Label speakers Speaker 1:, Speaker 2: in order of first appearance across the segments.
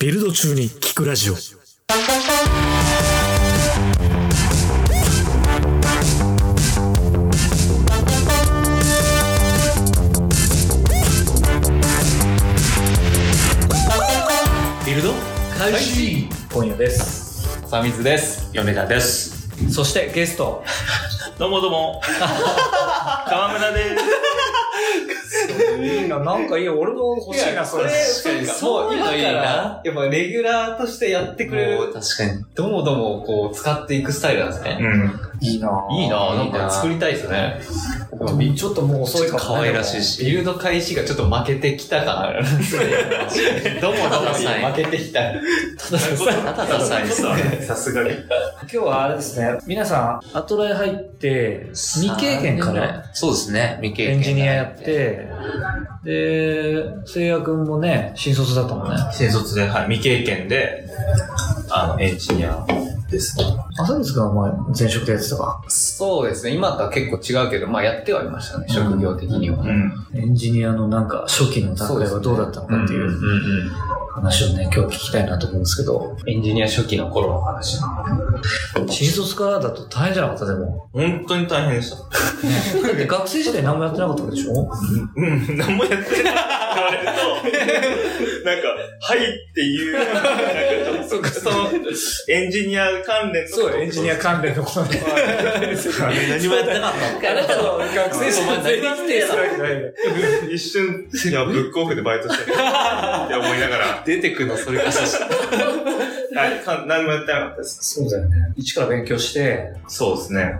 Speaker 1: ビルド中に聞くラジオ。
Speaker 2: ビルド開始
Speaker 3: 今夜です
Speaker 2: サミズです
Speaker 4: 米田です。
Speaker 3: そしてゲスト
Speaker 4: どうもどう も。川村です。
Speaker 3: いいななんかいい俺も欲しいなそれ
Speaker 2: 確かにそういうのいいな
Speaker 3: やっぱレギュラーとしてやってくれ
Speaker 2: もう
Speaker 3: る
Speaker 2: 確かにどもどもこう使っていくスタイルなんですね、
Speaker 4: うん。
Speaker 3: いいない
Speaker 2: いなぁ
Speaker 4: あー
Speaker 2: なんか作りたいですね
Speaker 3: ちょっともう遅いかも
Speaker 2: 可愛らしいしビルド開始がちょっと負けてきたかな どうもどうも負けてきたたださんただ
Speaker 4: さ
Speaker 2: さんですね
Speaker 4: さすがに。
Speaker 3: 今日はあれですね皆さんアトライ入って未経験から
Speaker 2: そうですね未経験
Speaker 3: エンジニアやってで聖夜君もね新卒だったもんね
Speaker 4: 新卒で、はい、未経験で、あの、エンジニアです。
Speaker 3: 朝水君はお前前職でやってたか
Speaker 2: そうですね今とは結構違うけどまあやってはいましたね
Speaker 3: うん
Speaker 2: 職業的には、
Speaker 4: ん。
Speaker 3: エンジニアのなんか初期の段階はどうだったのかっていう
Speaker 4: うん。
Speaker 3: 話をね今日聞きたいなと思うんですけど
Speaker 2: エンジニア初期の頃の話
Speaker 3: 新卒からだと大変じゃなかった、でも。
Speaker 4: 本当に大変でした。
Speaker 3: だって学生時代何もやってなかったわけでしょ
Speaker 4: うん、何もやってない。あれと、なんか、はいっていう、なんか、その、エンジニア関連のこと
Speaker 3: ア関連のことね。
Speaker 4: 何もやってなかっ
Speaker 3: あなたの学生時代全員否定するわけないよ。
Speaker 4: た。一瞬、いや、ブックオフでバイトしてる。って思いながら。
Speaker 2: 出てくのそれかし
Speaker 4: はい、か何もやってなかったです。
Speaker 3: そうだよね。一から勉強して、
Speaker 4: そうですね。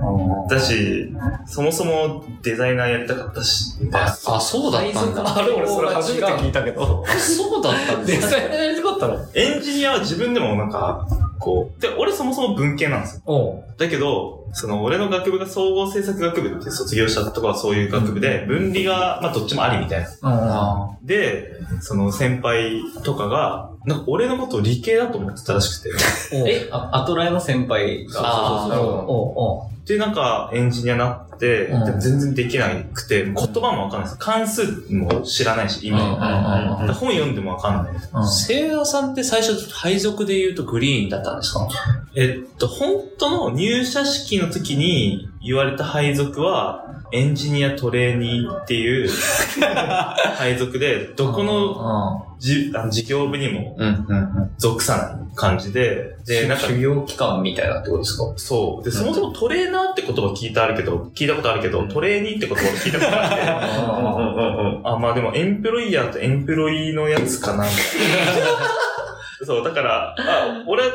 Speaker 4: だし、そもそもデザイナーやりたかったし、みたいな。
Speaker 2: あ、そうだったんだ。
Speaker 3: れ俺それ
Speaker 2: 初めて
Speaker 3: 聞い たけど。
Speaker 2: あ、そうだったん
Speaker 3: デ
Speaker 2: です
Speaker 3: ザ
Speaker 2: ね。
Speaker 3: イナーやりたかったの
Speaker 4: エンジニアは自分でもなんか、こう、で、俺そもそも文系なんですよ。
Speaker 3: おう
Speaker 4: だけど、その俺の学部が総合政策学部って卒業したとこはそういう学部で、分離が、まあどっちもありみたいな。
Speaker 3: うん。
Speaker 2: あ
Speaker 4: で、その先輩とかが、なんか俺のことを理系だと思ってたらしくて。
Speaker 2: ーえ、あアトライの先輩が。
Speaker 4: あー
Speaker 2: なるほ
Speaker 3: おう
Speaker 2: ど
Speaker 3: おう
Speaker 4: で、なんかエンジニアになって、
Speaker 3: うん
Speaker 4: でも全然できなくて、言葉もわかんないです。関数も知らないし、意味も。
Speaker 2: うんうんうん
Speaker 4: で本読んでもわかんない。
Speaker 3: うん
Speaker 2: セイラさんって最初配属で言うとグリーンだったんですか
Speaker 4: えっと、本当の入社式の時に言われた配属は、エンジニアトレーニーっていう配属で、どこのじあの事業部にも
Speaker 2: うんうんうん。
Speaker 4: 属さない感じで、で、なんか、
Speaker 2: 修行期間みたいなってことですか
Speaker 4: そう。で、そもそもトレーナーって言葉聞いたあるけど、聞いたことあるけど、トレーニーって言葉聞いたことあるてあ、まあでも、エンプロイヤーとエンプロイのやつかな。みたいなそう、だから、あ、俺は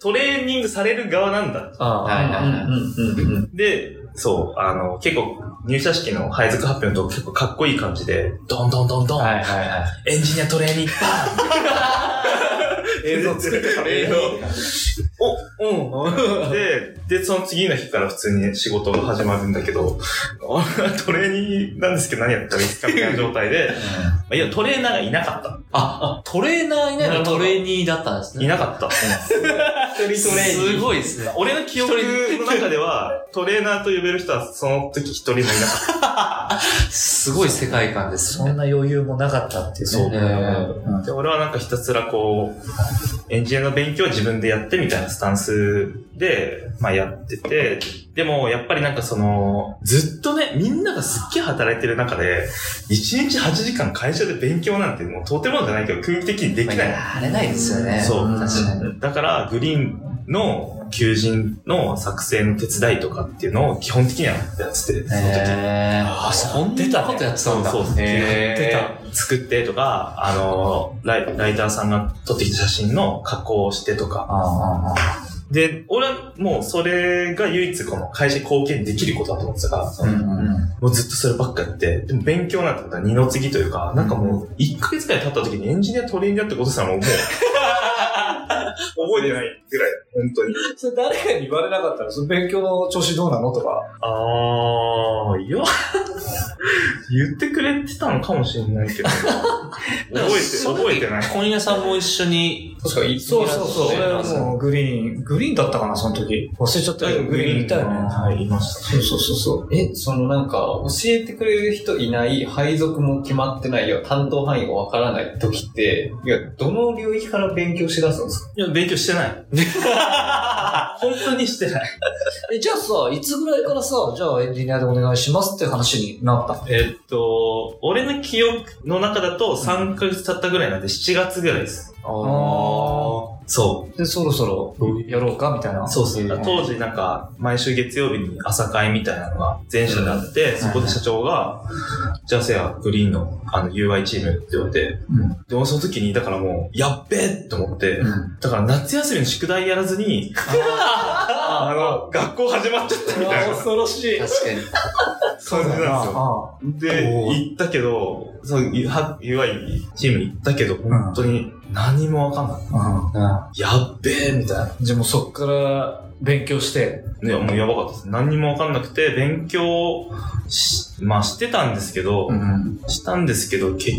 Speaker 4: トレーニングされる側なんだ
Speaker 3: あ
Speaker 2: はいはいはい
Speaker 3: うんうんうんうん。
Speaker 4: で、そう、あの、結構、入社式の配属発表のと結構かっこいい感じで、どんどんどんどん、
Speaker 3: いはいはい。
Speaker 4: エンジニアトレーニー、バ
Speaker 3: 映像作ってた
Speaker 4: ーン映像。お、うん。で、で、その次の日から普通に仕事が始まるんだけど、 あトレーニーなんですけど何やったらいいですかみたいな状態で、まあいや、トレーナーがいなかっ
Speaker 2: あ、あトレーナーいな
Speaker 4: な
Speaker 2: いの
Speaker 4: るほど
Speaker 2: トレーニーだったんです
Speaker 4: た。
Speaker 2: ね。
Speaker 4: いなかった。
Speaker 2: すすごいですね。
Speaker 4: 俺の記憶の中では、トレーナーと呼べる人はその時一人もいなかった。
Speaker 2: すごい世界観です
Speaker 3: そ
Speaker 2: ね
Speaker 3: ん。な余裕もなかったっていうね。
Speaker 4: そう
Speaker 2: ね
Speaker 3: うん
Speaker 4: で、俺はなんかひたすらこう、エンジニアの勉強は自分でやってみたいなスタンスで、まあやってて、でもやっぱりなんかその、ずっとね、みんながすっげえ働いてる中で、1日8時間会社で勉強なんてもうとてもじゃないけど空気的にできない。
Speaker 2: やれないですよね。
Speaker 4: そう
Speaker 2: 確かに。
Speaker 4: だから、グリーンの求人の作成の手伝いとかっていうのを基本的にはやってて、その時。
Speaker 2: えー、あ、そんなことやってたんだ。
Speaker 4: そうそう
Speaker 2: へー
Speaker 4: 出た作ってとか、あの、ライライターさんが撮ってきた写真の加工をしてとか。
Speaker 2: あーあーあ
Speaker 4: で、俺はもうそれが唯一この会社に貢献できることだと思ってたから、
Speaker 2: ーうんうん
Speaker 4: もうずっとそればっかやって、でも勉強なんてことは二の次というか、なんかもう1ヶ 月くらい経った時にエンジニアトレーニーだってことすらもうもう、覚えてないぐらい。本当に。
Speaker 3: それ誰かに言われなかったら、その勉強の調子どうなのとか。
Speaker 4: あー、いや、言ってくれてたのかもしれない けど。覚えて、覚えてない。
Speaker 1: 今夜さんも一緒に、
Speaker 2: 確かに、
Speaker 3: そうそうそう。
Speaker 1: い
Speaker 3: 俺
Speaker 1: や
Speaker 3: は
Speaker 1: そう
Speaker 3: もうグリーン、グリーンだったかな、その時。忘れちゃったけど、グリーンいたよね。
Speaker 4: はい、いました。
Speaker 3: そうそうそうそう。
Speaker 2: え、そのなんか、教えてくれる人いない、配属も決まってないよ、担当範囲がわからない時って、いや、どの領域から勉強しだすんですか
Speaker 4: いや、勉強して ない。本当にしてない。
Speaker 3: え、じゃあさ、いつぐらいからさ、じゃあエンジニアでお願いしますって話になったの
Speaker 4: えっと、俺の記憶の中だと3ヶ月経ったぐらいなんで7月ぐらいです。
Speaker 3: あ
Speaker 4: そ
Speaker 3: で、そろそろやろうかみたいな。
Speaker 4: う。そうそうう。
Speaker 3: ん
Speaker 4: 当時なんか、毎週月曜日に朝会みたいなのが全社であって、そこで社長が、じゃあせや、グリーンのあの UI チームって言われて、
Speaker 3: うん。
Speaker 4: で、俺その時に、だからもう、やっべえって思って、
Speaker 3: うん。
Speaker 4: だから夏休みの宿題やらず に、あの、学校始まっちゃったみたいな
Speaker 3: 恐ろしい。
Speaker 2: 確かに。
Speaker 4: 感じなんですよ。
Speaker 3: あ
Speaker 4: で、
Speaker 3: おー
Speaker 4: 行ったけど、そう、は UI チーム行ったけど、本当に何もわかんない。
Speaker 3: あ。
Speaker 2: あ
Speaker 4: やっべえみたいな。
Speaker 3: うん。じゃあもうそっから勉強して。
Speaker 4: ね、もうやばかったです。何にもわかんなくて、勉強し、まあしてたんですけど、
Speaker 3: ん。
Speaker 4: したんですけど、結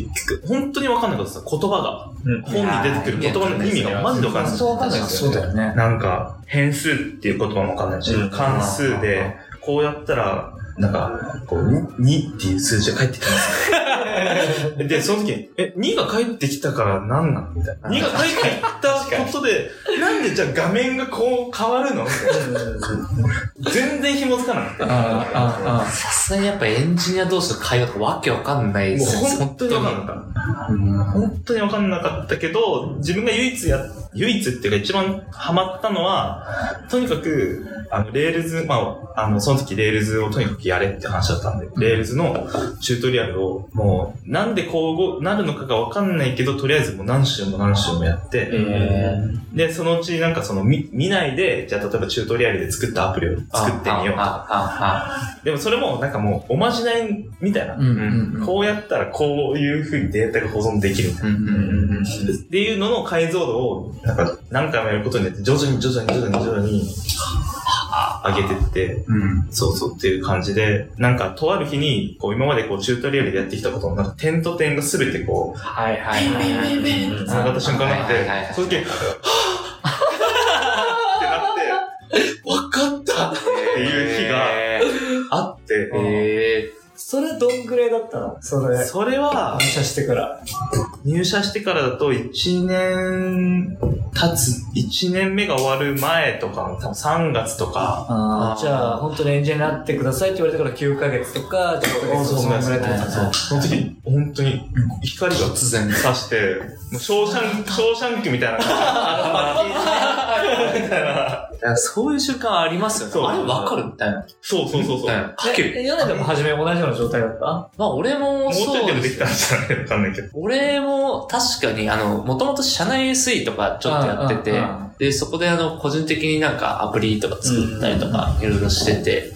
Speaker 4: 局、本当にわかんなかったです。言葉が。
Speaker 2: うん
Speaker 4: 本に出てくる言葉の意味がマジでわかんない。
Speaker 3: そうわかんないですよねそうだよね。
Speaker 4: なんか、変数っていう言葉もわかんないし、
Speaker 2: うん
Speaker 4: 関数で、こうやったら、なんか、こう、2っていう数字が返ってきたんですよ。 で、その時に、え、2が返ってきたから何なのみたいな。2が返ってきたこと で、なんでじゃあ画面がこう変わるのみたいな全然紐づかなくて。
Speaker 3: ああ、あ
Speaker 1: さすがにやっぱエンジニア同士の会話とかわけわかんないで
Speaker 4: も
Speaker 1: す
Speaker 4: う本当にわかんなかった。
Speaker 3: あ。うん。
Speaker 4: 本当に分かんなかったけど、自分が唯一や、唯一っていうか一番ハマったのは、とにかく、あの、レールズ、まあ、あの、その時レールズをとにかくやれって話だったんで、レールズのチュートリアルを、もう、なんでこうなるのかが分かんないけど、とりあえずもう何週も何週もやって、で、そのうちなんかその見、見ないで、じゃあ例えばチュートリアルで作ったアプリを作ってみよう。
Speaker 1: あ
Speaker 4: でもそれもなんかもう、おまじないみたいな。
Speaker 3: うんうんうん
Speaker 4: こうやったらこういう風にデータが保存できるみたいな
Speaker 1: あ、うんうんうん。
Speaker 4: っていうのの解像度を、なんか、何回もやることによって、徐々に徐々に徐々に徐々に、上げてって、
Speaker 3: うん。
Speaker 4: そうそうっていう感じで、なんか、とある日に、こう、今までこう、チュートリアルでやってきたことの、なんか、点と点がすべてこう、
Speaker 1: はいはいはい。
Speaker 4: 繋がった瞬間があっ
Speaker 1: はいはいはい
Speaker 4: て、その時、はぁってなって、わかったっていう日があって、
Speaker 1: え
Speaker 3: それどんぐらいだったのそれ。
Speaker 4: それは
Speaker 3: 入、社してから。
Speaker 4: 入社してからだと1年経つ、1年目が終わる前とかの、多分3月とか、
Speaker 3: あ
Speaker 1: ー
Speaker 3: じゃあ、本当にエンジニアになってくださいって言われてから9ヶ月とか、10ヶ月とか、そのぐらいってことだね
Speaker 4: その時、本当に光が突然差して、もうショーシャンク、ショーシャンクみたいな感じみたいな。
Speaker 1: ー、そういう習慣ありますよね。
Speaker 4: そう
Speaker 1: あれわかるみたいな。
Speaker 4: そうそうそうそう。もう
Speaker 1: かける。
Speaker 3: え、ヨネでも初め同じような状態だった
Speaker 1: まあ俺も
Speaker 4: ちょ
Speaker 1: そ
Speaker 4: いうでも
Speaker 1: で
Speaker 4: でき
Speaker 1: す
Speaker 4: たんじゃないわかんないけど。
Speaker 1: 俺も確かに、あの、もともと社内 SE とかちょっとやって
Speaker 3: うん
Speaker 1: て
Speaker 3: うんうん、
Speaker 1: で、そこであの、個人的になんかアプリとか作ったりとか、いろいろしてて、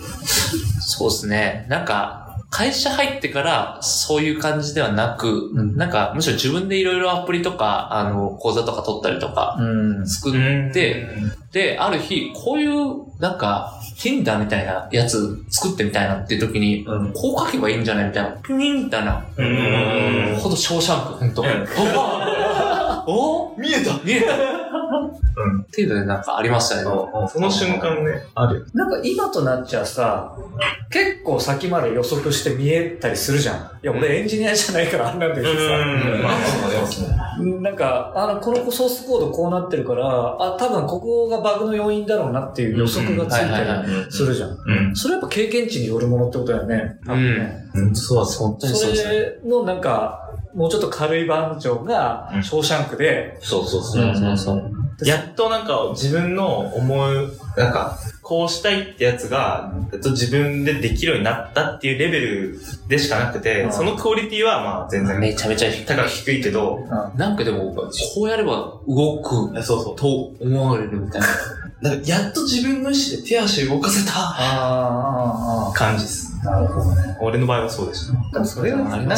Speaker 1: そうですね。なんか、会社入ってからそういう感じではなく、
Speaker 3: うん
Speaker 1: なんか、むしろ自分でいろいろアプリとか、あの、講座とか取ったりとか、
Speaker 3: うん。
Speaker 1: 作って、で、ある日、こういう、なんか、Tinder みたいなやつ作ってみたいなっていう時に、
Speaker 3: うん
Speaker 1: こう書けばいいんじゃないみたいな、ピュニンみたいな、
Speaker 4: うんうん
Speaker 1: ほどショーシャンク、ほんと。おお
Speaker 4: 見えた
Speaker 1: 見えたっ
Speaker 4: うん。
Speaker 1: ていうのでなんかありましたね。
Speaker 4: その瞬間ね、あるよ。
Speaker 3: なんか今となっちゃさ、結構先まで予測して見えたりするじゃん。いや、俺エンジニアじゃないからあんなんだけどさ。
Speaker 2: うんまあ、そうだよ、
Speaker 3: なんか、あの、このソースコードこうなってるから、あ、多分ここがバグの要因だろうなっていう予測がつ
Speaker 1: はい
Speaker 3: い
Speaker 1: はい
Speaker 3: た
Speaker 1: はい。
Speaker 3: りするじゃん。
Speaker 4: うん。
Speaker 3: それやっぱ経験値によるものってことだよね。多分ね
Speaker 4: うん、そうだ、そう。
Speaker 1: 本当に
Speaker 3: そ
Speaker 1: そうですね。
Speaker 3: れのなんか、もうちょっと軽い番長が
Speaker 4: う、ん
Speaker 3: ショーシャンクで、
Speaker 4: そうそう
Speaker 1: そ
Speaker 4: そうう。
Speaker 1: そうそう。
Speaker 4: やっとなんか自分の思う、なんか、こうしたいってやつが、やっと自分でできるようになったっていうレベルでしかなくて、
Speaker 3: うん
Speaker 4: そのクオリティはまあ全然
Speaker 1: めちゃめちゃ低い。
Speaker 4: 高く低いけど、
Speaker 1: なんかでも、こうやれば動く
Speaker 4: そうそ
Speaker 1: と思われるみたいな。
Speaker 4: う。なんかやっと自分の意思で手足動かせた
Speaker 3: ああ、ああ、ああ。
Speaker 4: 感じです。
Speaker 3: なるほどね。
Speaker 4: 俺の場合はそうでした。
Speaker 2: でもそれは、なんか、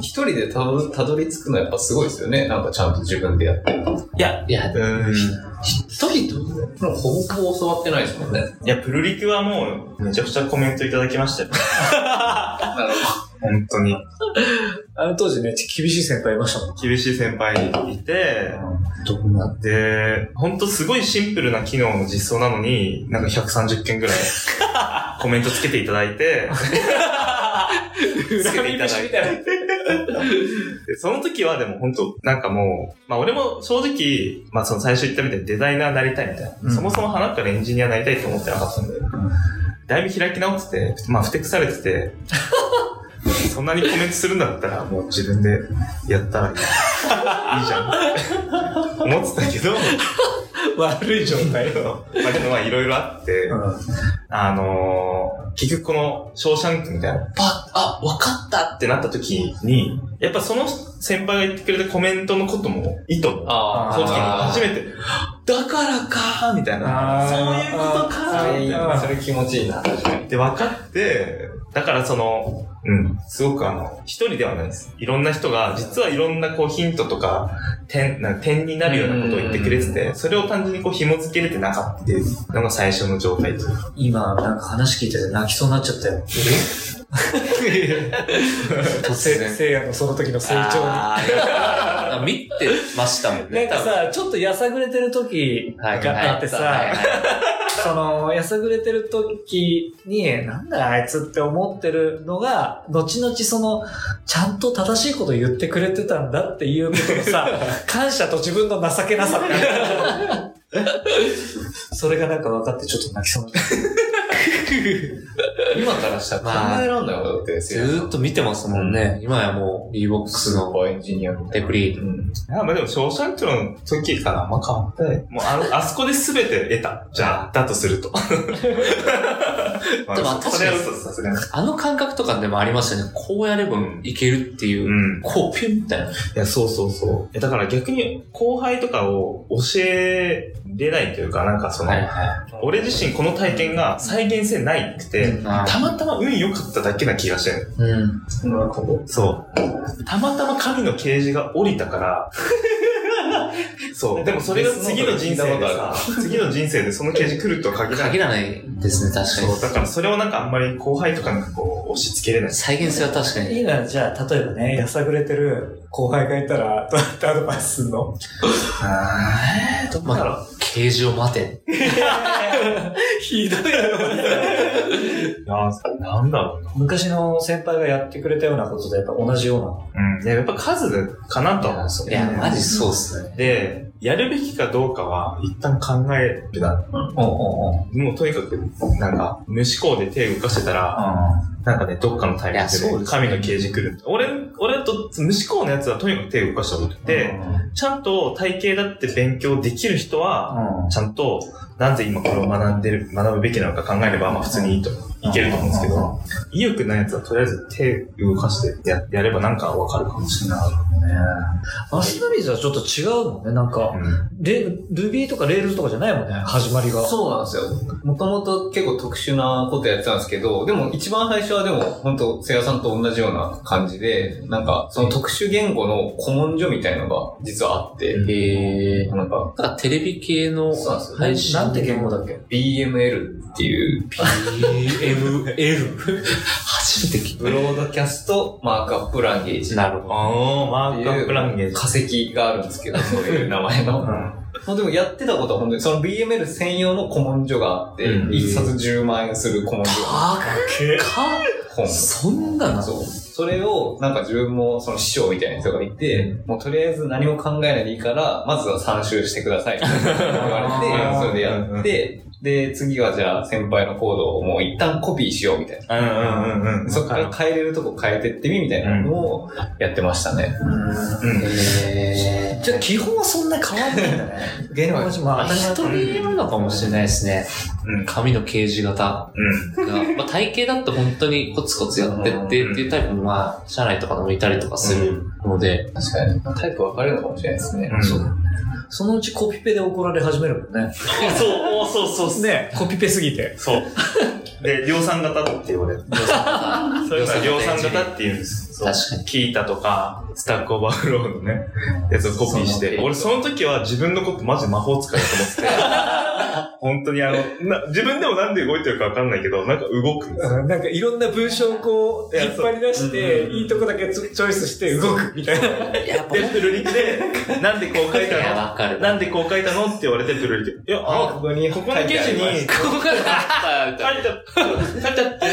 Speaker 2: 一人でたどたどり着くのはやっぱすごいですよね。なんかちゃんと自分でやって。
Speaker 4: いや、
Speaker 1: いや、
Speaker 4: うん。
Speaker 2: 一人もうほぼほぼ教わってないですもんね。
Speaker 4: いや、プルリクはもう、めちゃくちゃコメントいただきましたよ。
Speaker 2: なる
Speaker 4: 本当に。
Speaker 3: あの当時ね、厳しい先輩いましたもん。
Speaker 4: 厳しい先輩いて、
Speaker 3: どんな
Speaker 4: で、ほんとすごいシンプルな機能の実装なのに、なんか130件ぐ らいコメントつけていただいて、
Speaker 3: 恨み節みたいな。
Speaker 4: でその時はでも本当なんかもう、まあ俺も正直、まあその最初言ったみたいにデザイナーになりたいみたいな。
Speaker 3: うん
Speaker 4: そもそも花からエンジニアになりたいと思ってなかったんで、だいぶ開き直ってて、まあふてくされてて、 そんなにコメントするんだったらもう自分でやったらいいいいじゃん。思ってたけど、
Speaker 3: 悪い状態。うん。
Speaker 4: まあでもまあいろいろあって、あのー結局この、ショーシャンクみたいな、パッ、あ、わかったってなった時に、やっぱその先輩が言ってくれたコメントのことも、意図も、
Speaker 2: あ
Speaker 3: ー
Speaker 4: その時に初
Speaker 2: め
Speaker 4: めて、だからかーみたいな
Speaker 3: あ、ー
Speaker 4: そういうことかーみたい
Speaker 3: あー
Speaker 4: な
Speaker 2: それ気持ちいいな。確かに。
Speaker 4: で、分かって、だからその、うん、すごくあの、一人ではないです。いろんな人が、実はいろんなこうヒントとか、点、なんか点になるようなことを言ってくれてて、それを単純にこう紐付けれてなかったっていうのが最初の状態というか。
Speaker 3: 今、なんか話聞いてて泣きそうになっちゃった よ。
Speaker 1: 突
Speaker 3: せ、
Speaker 1: 然。
Speaker 3: せいやのその時の成長に。
Speaker 1: あー見てましたもん
Speaker 3: な
Speaker 1: ね。
Speaker 3: んかさ、ちょっとやさぐれてる時
Speaker 1: 多分、
Speaker 3: があって
Speaker 1: はいはい
Speaker 3: さ、
Speaker 1: はい
Speaker 3: その、やさぐれてる時に、なんだよあいつって思ってるのが、後々その、ちゃんと正しいこと言ってくれてたんだっていうことの さ、感謝と自分の情けなさってあるそれがなんか分かってちょっと泣きそう になっ
Speaker 2: 今からしたら
Speaker 1: まあ
Speaker 2: 考えらんないもんだって、
Speaker 1: ずーっと見てますもんね。今やもう、e-box の
Speaker 2: エンジニアみたい
Speaker 1: レ
Speaker 2: な。
Speaker 1: プリート。
Speaker 2: う
Speaker 4: い
Speaker 2: ん。
Speaker 4: や、まあでも、ショーシャンクの時からあんま変わってない。もう、あの、あそこで全て得た。じゃあ、だとすると。 ま
Speaker 1: でも
Speaker 4: あ、
Speaker 1: 確
Speaker 4: そ
Speaker 1: か
Speaker 4: れ
Speaker 1: に
Speaker 4: は嘘です、さすがに。
Speaker 1: あの感覚とかでもありましたね。こうやればいけるっていうう、
Speaker 4: ん。
Speaker 1: こう、ピュンみたいな。
Speaker 4: いや、そうそうそう。えだから逆に、後輩とかを教えれないというか、なんかその、
Speaker 1: は
Speaker 4: 俺自身この体験が再現性ないくて、
Speaker 3: て。
Speaker 1: あ
Speaker 4: たまたま運良かっただけな気がしてる。
Speaker 1: ーうん。
Speaker 2: なるほど。
Speaker 4: そう。たまたま神の啓示が降りた から、そう。でもそれが次の人生でさ、次の人生でその啓示来るとは限らない
Speaker 1: 限。らないですね、確か
Speaker 4: そう、だからそれをなんかあんまり後輩とかなんかこう、押し付けれない
Speaker 1: に。。再現性は確かに。
Speaker 3: いいな、じゃあ、例えばね、やさぐれてる後輩がいたら、どうやってアドバイスすんの
Speaker 4: えー、どうだろう。
Speaker 1: ケージを待て。
Speaker 3: ひどい
Speaker 4: いやーなんだろうな。
Speaker 3: 昔の先輩がやってくれたようなことで、やっぱ同じような。
Speaker 4: うん。やっぱ数かなとは思うんですよ
Speaker 1: い
Speaker 4: ね。
Speaker 1: や、マジそうっすね。
Speaker 4: で、やるべきかどうかは、一旦考えるな。
Speaker 3: おうおうおう。
Speaker 4: もうとにかく、なんか、無思考で手を動かしてたら、なんかね、どっかのタイミ
Speaker 1: いやそう
Speaker 4: ン
Speaker 1: です
Speaker 4: グで神
Speaker 1: ね
Speaker 4: の啓示来る。俺、俺と無思考のやつはとにかく手を動かした方がよくて、ちゃんと体系だって勉強できる人は、ちゃんと、なぜ今これを学んでる、学ぶべきなのか考えれば、まあ普通にいいと、いけると思うんですけど、意欲ないやつはとりあえず手動かしてややればなんかわかるかもしれない。
Speaker 3: ねマスナビーズはちょっと違うもんね。なんか、レ、Ruby とか Rails とかじゃないもんね、始まりが。
Speaker 2: そうなんですよ。もともと結構特殊なことやってたんですけど、でも一番最初はでも本当セイヤさんと同じような感じで、なんかその特殊言語の古文書みたいのが実はあって、
Speaker 1: えー。
Speaker 2: なんか
Speaker 1: なんかテレビ系の
Speaker 2: そうなんですよ
Speaker 1: 配信。
Speaker 3: なんて言語だっけ
Speaker 2: BML っていう、
Speaker 1: PML。初めて聞い
Speaker 2: ブロードキャストマークアップランゲージ
Speaker 1: た。
Speaker 2: っ
Speaker 1: なるほど。
Speaker 4: ああ、マー
Speaker 2: てい
Speaker 4: クアッ
Speaker 2: う
Speaker 4: プランゲージ。
Speaker 2: 化石があるんですけど、そういう名前の。もうでもやってたことは本当に、その BML 専用の古文書があって、
Speaker 4: うん
Speaker 2: 一冊10万円する古文書が
Speaker 1: あ
Speaker 4: え
Speaker 1: か
Speaker 2: 本。
Speaker 1: そんなな。
Speaker 2: そう。それを、なんか自分もその師匠みたいな人がいて、もうとりあえず何も考えないでいいから、まずは参集してくださいって言われ
Speaker 3: あ
Speaker 2: て、
Speaker 3: ー
Speaker 2: それでやって、で、次はじゃあ先輩の行動をもう一旦コピーしようみたいな。
Speaker 4: うんうんうんうん。
Speaker 2: そっから変えれるとこ変えてってみみたいなのをやってましたね。
Speaker 4: うん。
Speaker 1: えー。
Speaker 3: じゃあ基本はそんな変わんないんだ ね。言語は、まあ、
Speaker 1: まあ、
Speaker 3: 当たり前
Speaker 1: 一
Speaker 3: だと
Speaker 1: 人
Speaker 3: 思う
Speaker 1: いるのかもしれないですね。
Speaker 4: うん。
Speaker 1: 紙の掲示型
Speaker 4: うん。
Speaker 1: が、まあ、体系だって本当にコツコツやってってっていうタイプも、まあ、社内とかでもいたりとかするので、
Speaker 2: 確かに。タイプ分かれるのかもしれないですね。
Speaker 4: うん
Speaker 3: そうそのうちコピペで怒られ始めるもんね。
Speaker 4: そう、そうそうそう。
Speaker 3: ね、コピペすぎて。
Speaker 4: そう。で、量産型って言われる。それから量産型って言うんです。そう
Speaker 1: 確かに。
Speaker 4: キータとか、スタックオーバーフローのね、やつをコピーし
Speaker 2: そ
Speaker 4: て。
Speaker 2: の
Speaker 4: 俺その時は自分のことマジ魔法使いだと思ってて。本当にあの、な自分でもなんで動いてるかわかんないけど、なんか動くんですよ。
Speaker 3: なんかいろんな文章をこう、
Speaker 4: いや
Speaker 3: 引っ張り出して、
Speaker 2: そう
Speaker 3: いいとこだけチョチョイスして動くみたいな。
Speaker 1: やっぱ
Speaker 4: で、プルリクで、なんでこう書い
Speaker 1: いや、
Speaker 4: た
Speaker 1: わか
Speaker 4: の
Speaker 1: る。
Speaker 4: なんでこう書いたのって言われてプルリク。いや、あ、
Speaker 2: こに
Speaker 4: ここの記事に、
Speaker 1: ここからあったみ
Speaker 4: 書
Speaker 1: たい
Speaker 4: いた、書いたって、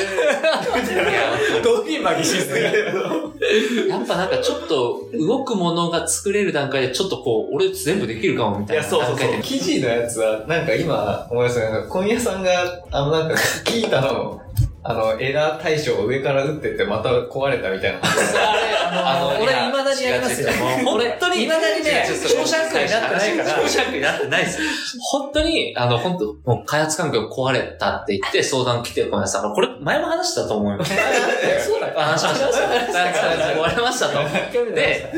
Speaker 1: な。いや
Speaker 3: ドギマギしすぎる。
Speaker 1: やっぱなんかちょっと動くものが作れる段階でちょっとこう、俺全部できるかもみたい
Speaker 4: い
Speaker 1: な
Speaker 4: やそうそ
Speaker 1: 段
Speaker 4: うそう
Speaker 1: 階で。
Speaker 2: 記事のやつは、なんか今思い出したのが、小宮さんが、あのなんか、キータの、あの、エラー対象を上から打ってってまた壊れたみたいな。
Speaker 1: あ
Speaker 3: 俺
Speaker 1: のいや
Speaker 3: 未だにやりますよ
Speaker 1: 違う違うもう本当に、
Speaker 3: 未だにね
Speaker 1: 違う違うそれ
Speaker 3: ショーシャンクになってないから
Speaker 1: ショーシャンクになってないです。本当に、あの、本当もう開発環境壊れたって言って相談来て、小宮さん。これ、前も話したと思い ます。
Speaker 3: そうだよ。
Speaker 1: 話しました。壊れましたと。で、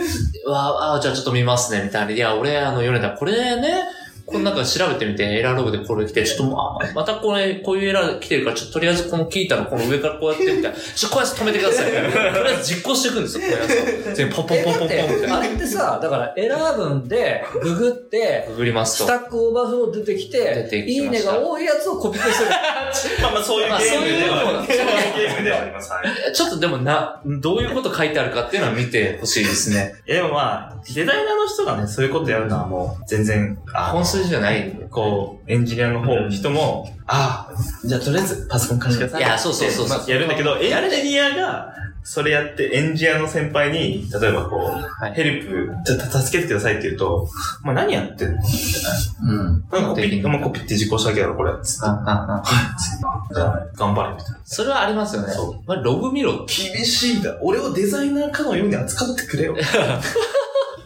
Speaker 1: わあ、じゃあちょっと見ますね、みたいな。いや、俺、あの、ヨネダ、これね、この中調べてみて、エラーログでこれ来て、ちょっともう、あまたこれ、こういうエラー来てるから、ちょっととりあえずこのキータのこの上からこうやってみたいな。ちょ、こうやって止めてください、みたいな。とりあえず実行していくんですよ、こうやって。全部ポンポン
Speaker 3: え
Speaker 1: ポン
Speaker 3: だ
Speaker 1: ポンポン
Speaker 3: っ
Speaker 1: みたい
Speaker 3: て、
Speaker 1: な。
Speaker 3: あれってさ、だからエラー文でググって、
Speaker 1: ググりま
Speaker 3: ス
Speaker 1: すと。
Speaker 3: タックオーバーフロー出てきて、
Speaker 1: 出て
Speaker 3: い
Speaker 1: き
Speaker 3: い
Speaker 1: ま
Speaker 3: ね
Speaker 1: した
Speaker 3: が多いやつをコピペする。
Speaker 4: まあまあそういうゲームではあります。そういうゲームではあります。はい
Speaker 1: ちょっとでもな、どういうこと書いてあるかっていうのは見てほしいですね。
Speaker 4: いやでもまあ、デザイナーの人がね、そういうことやるのはもう、全然、あ
Speaker 1: 本筋じゃないんで。
Speaker 4: こう、エンジニアの方、
Speaker 2: うん
Speaker 4: 人も、ああ、じゃあとりあえずパソコン貸してください。
Speaker 1: いや、そうそうそうそう。
Speaker 4: やるんだけど、エンジニアが、それやって、エンジニアの先輩に、例えばこう、
Speaker 1: はい
Speaker 4: ヘルプ、ちょっと助けてくださいって言うと、まあ何やってんのなん
Speaker 1: うん。
Speaker 4: かコピー、まあコピーって実行しただけだろ、これ。つって
Speaker 1: あああ
Speaker 4: じゃあ、頑張れ、みたいな。
Speaker 1: それはありますよね
Speaker 4: そ。
Speaker 1: まあ、ログ見ろって。
Speaker 4: 厳しいんだ。俺をデザイナーかのように扱ってくれよ。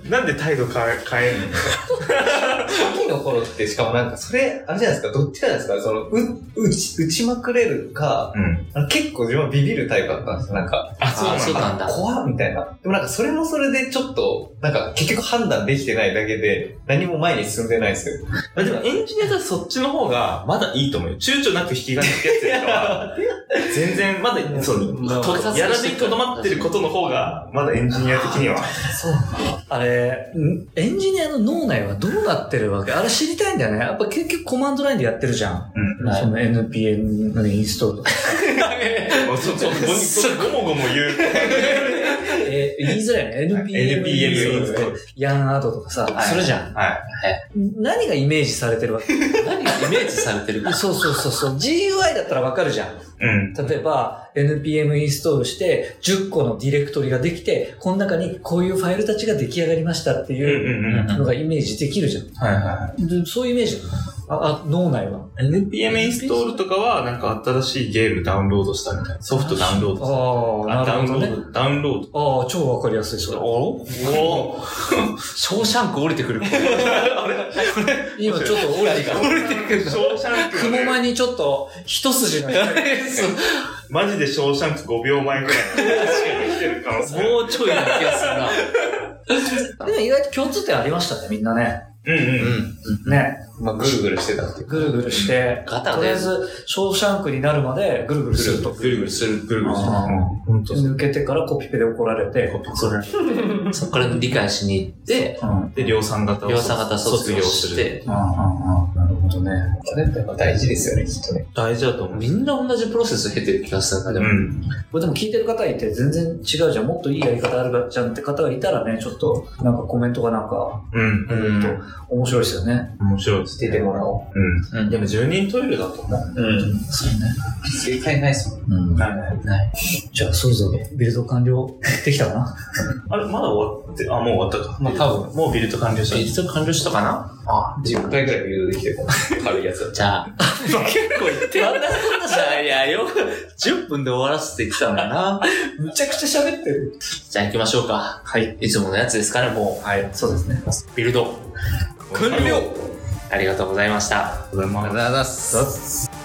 Speaker 4: なんで態度変え、変えんの
Speaker 2: 初期の頃って、しかもなんか、それ、あれじゃないですか、どっちかじゃないですか、その、う、打ち、打ちまくれるか、
Speaker 4: うん。
Speaker 2: あの結構自分はビビるタイプだったんですよ、なんか。
Speaker 4: あ、
Speaker 1: あそうなんだ。
Speaker 2: 怖っみたいな。でもなんかそれもそれでちょっと、なんか結局判断できてないだけで、何も前に進んでないですよ。
Speaker 4: まあでもエンジニアがそっちの方がまだいいと思うよ。躊躇なく引き金つけてるの は、全然まだ、そ
Speaker 1: まあ
Speaker 4: の、とやらずにとどまってることの方が、まだエンジニア的に は。
Speaker 3: あれ、んエンジニアの脳内はどうなってるわけあれ知りたいんだよね。やっぱ結局コマンドラインでやってるじゃん。
Speaker 4: うん。
Speaker 1: はい
Speaker 3: その NPN のインストー ルとか。
Speaker 4: もうそそごにごもごも言う。
Speaker 3: えー言いづらいよね。NPN の
Speaker 4: NPM インストール
Speaker 3: ヤンアートとかさ、
Speaker 1: はい
Speaker 3: するじゃん。
Speaker 4: はい。
Speaker 3: 何がイメージされてるわ け
Speaker 1: 何がイメージされてるか。
Speaker 3: そうそうそうそう。GUI だったらわかるじゃん。
Speaker 4: うん。
Speaker 3: 例えば、NPM インストールして、10個のディレクトリができて、この中にこういうファイルたちが出来上がりましたって
Speaker 4: うん
Speaker 3: いう
Speaker 4: うんうん。
Speaker 3: のがイメージできるじゃん。
Speaker 4: はいは
Speaker 3: でそういうイメージなのあ、あ、脳内は。
Speaker 4: い。NPM インストールとかは、なんか新しいゲームダウンロードしたみたいな。ソフトダウンロードした。
Speaker 3: ああ、
Speaker 4: あ
Speaker 3: な
Speaker 4: ダウ
Speaker 3: る
Speaker 4: ン
Speaker 3: ほ
Speaker 4: ロ
Speaker 3: どね。
Speaker 4: ード、ダウンロード。
Speaker 3: ああ、超わかりやすい、それ。
Speaker 4: おお
Speaker 1: ショーシャンク降りてくる。
Speaker 3: 今ちょっ と降りてきた。
Speaker 1: 降りてくる
Speaker 4: ショーシャンク
Speaker 3: 雲間にちょっと、一筋の 光。
Speaker 4: マジでショーシャンク5秒前くらい。来てる可能性ある
Speaker 1: もうちょいな気がするな。
Speaker 3: でも意外と共通点ありましたね、みんなね。
Speaker 4: うんうん。
Speaker 1: うん。
Speaker 3: ね。
Speaker 2: まあ、ぐるぐるしてたっていう。
Speaker 3: ぐるぐるして、
Speaker 1: ガタ
Speaker 3: とりあえ
Speaker 1: で。
Speaker 3: ず、ショーシャンクになるまでぐるぐるすると。
Speaker 4: ぐるぐるする、ぐるぐるする。
Speaker 1: あ
Speaker 4: 本当
Speaker 3: 抜けてからコピペで怒られて、
Speaker 1: それそこから理解しに行って、
Speaker 3: うん。うん
Speaker 4: で、量産型を
Speaker 1: 量産型卒業し。て、
Speaker 3: うんうん。なるほどね。
Speaker 2: それってやっぱ大事ですよね、きっとね。
Speaker 4: 大事だと思う。
Speaker 1: みんな同じプロセス経てる気がするな、で
Speaker 4: う
Speaker 1: も。
Speaker 4: ん。
Speaker 3: これでも聞いてる方いて全然違うじゃん。もっといいやり方あるじゃんって方がいたらね、ちょっと、なんかコメントがなんか、
Speaker 4: うん。
Speaker 1: うん。
Speaker 3: 面白いですよね。
Speaker 4: 面白いです
Speaker 2: 出てもらお
Speaker 4: うん。
Speaker 1: うん
Speaker 4: でも、住人トイレだと思う。
Speaker 2: う。うん。
Speaker 3: そうね。
Speaker 2: 正解ないっすもん。
Speaker 3: うん。
Speaker 4: はい。
Speaker 1: ない。
Speaker 3: じゃあ、そろそろビルド完了できたかな
Speaker 4: あれ、まだ終わって、あ、もう終わったか。
Speaker 2: まあ、多分、
Speaker 4: もうビルト完了した。
Speaker 1: 一度完了したかな
Speaker 2: あ、10回ぐらいビルドできてるかも。 軽いやつだ
Speaker 1: じゃあ。結構言ってんだそんなじゃいや、よく、10分で終わらせてきたんだな。
Speaker 3: むちゃくちゃ喋ってる。
Speaker 1: じゃあ行きましょうか。
Speaker 3: はい。
Speaker 1: いつものやつですかね、もう。はい。
Speaker 3: そうですね。
Speaker 1: ビルド。
Speaker 4: 完了ありがとう
Speaker 1: ありがとうございました。
Speaker 4: ございます。
Speaker 2: りがとうございます。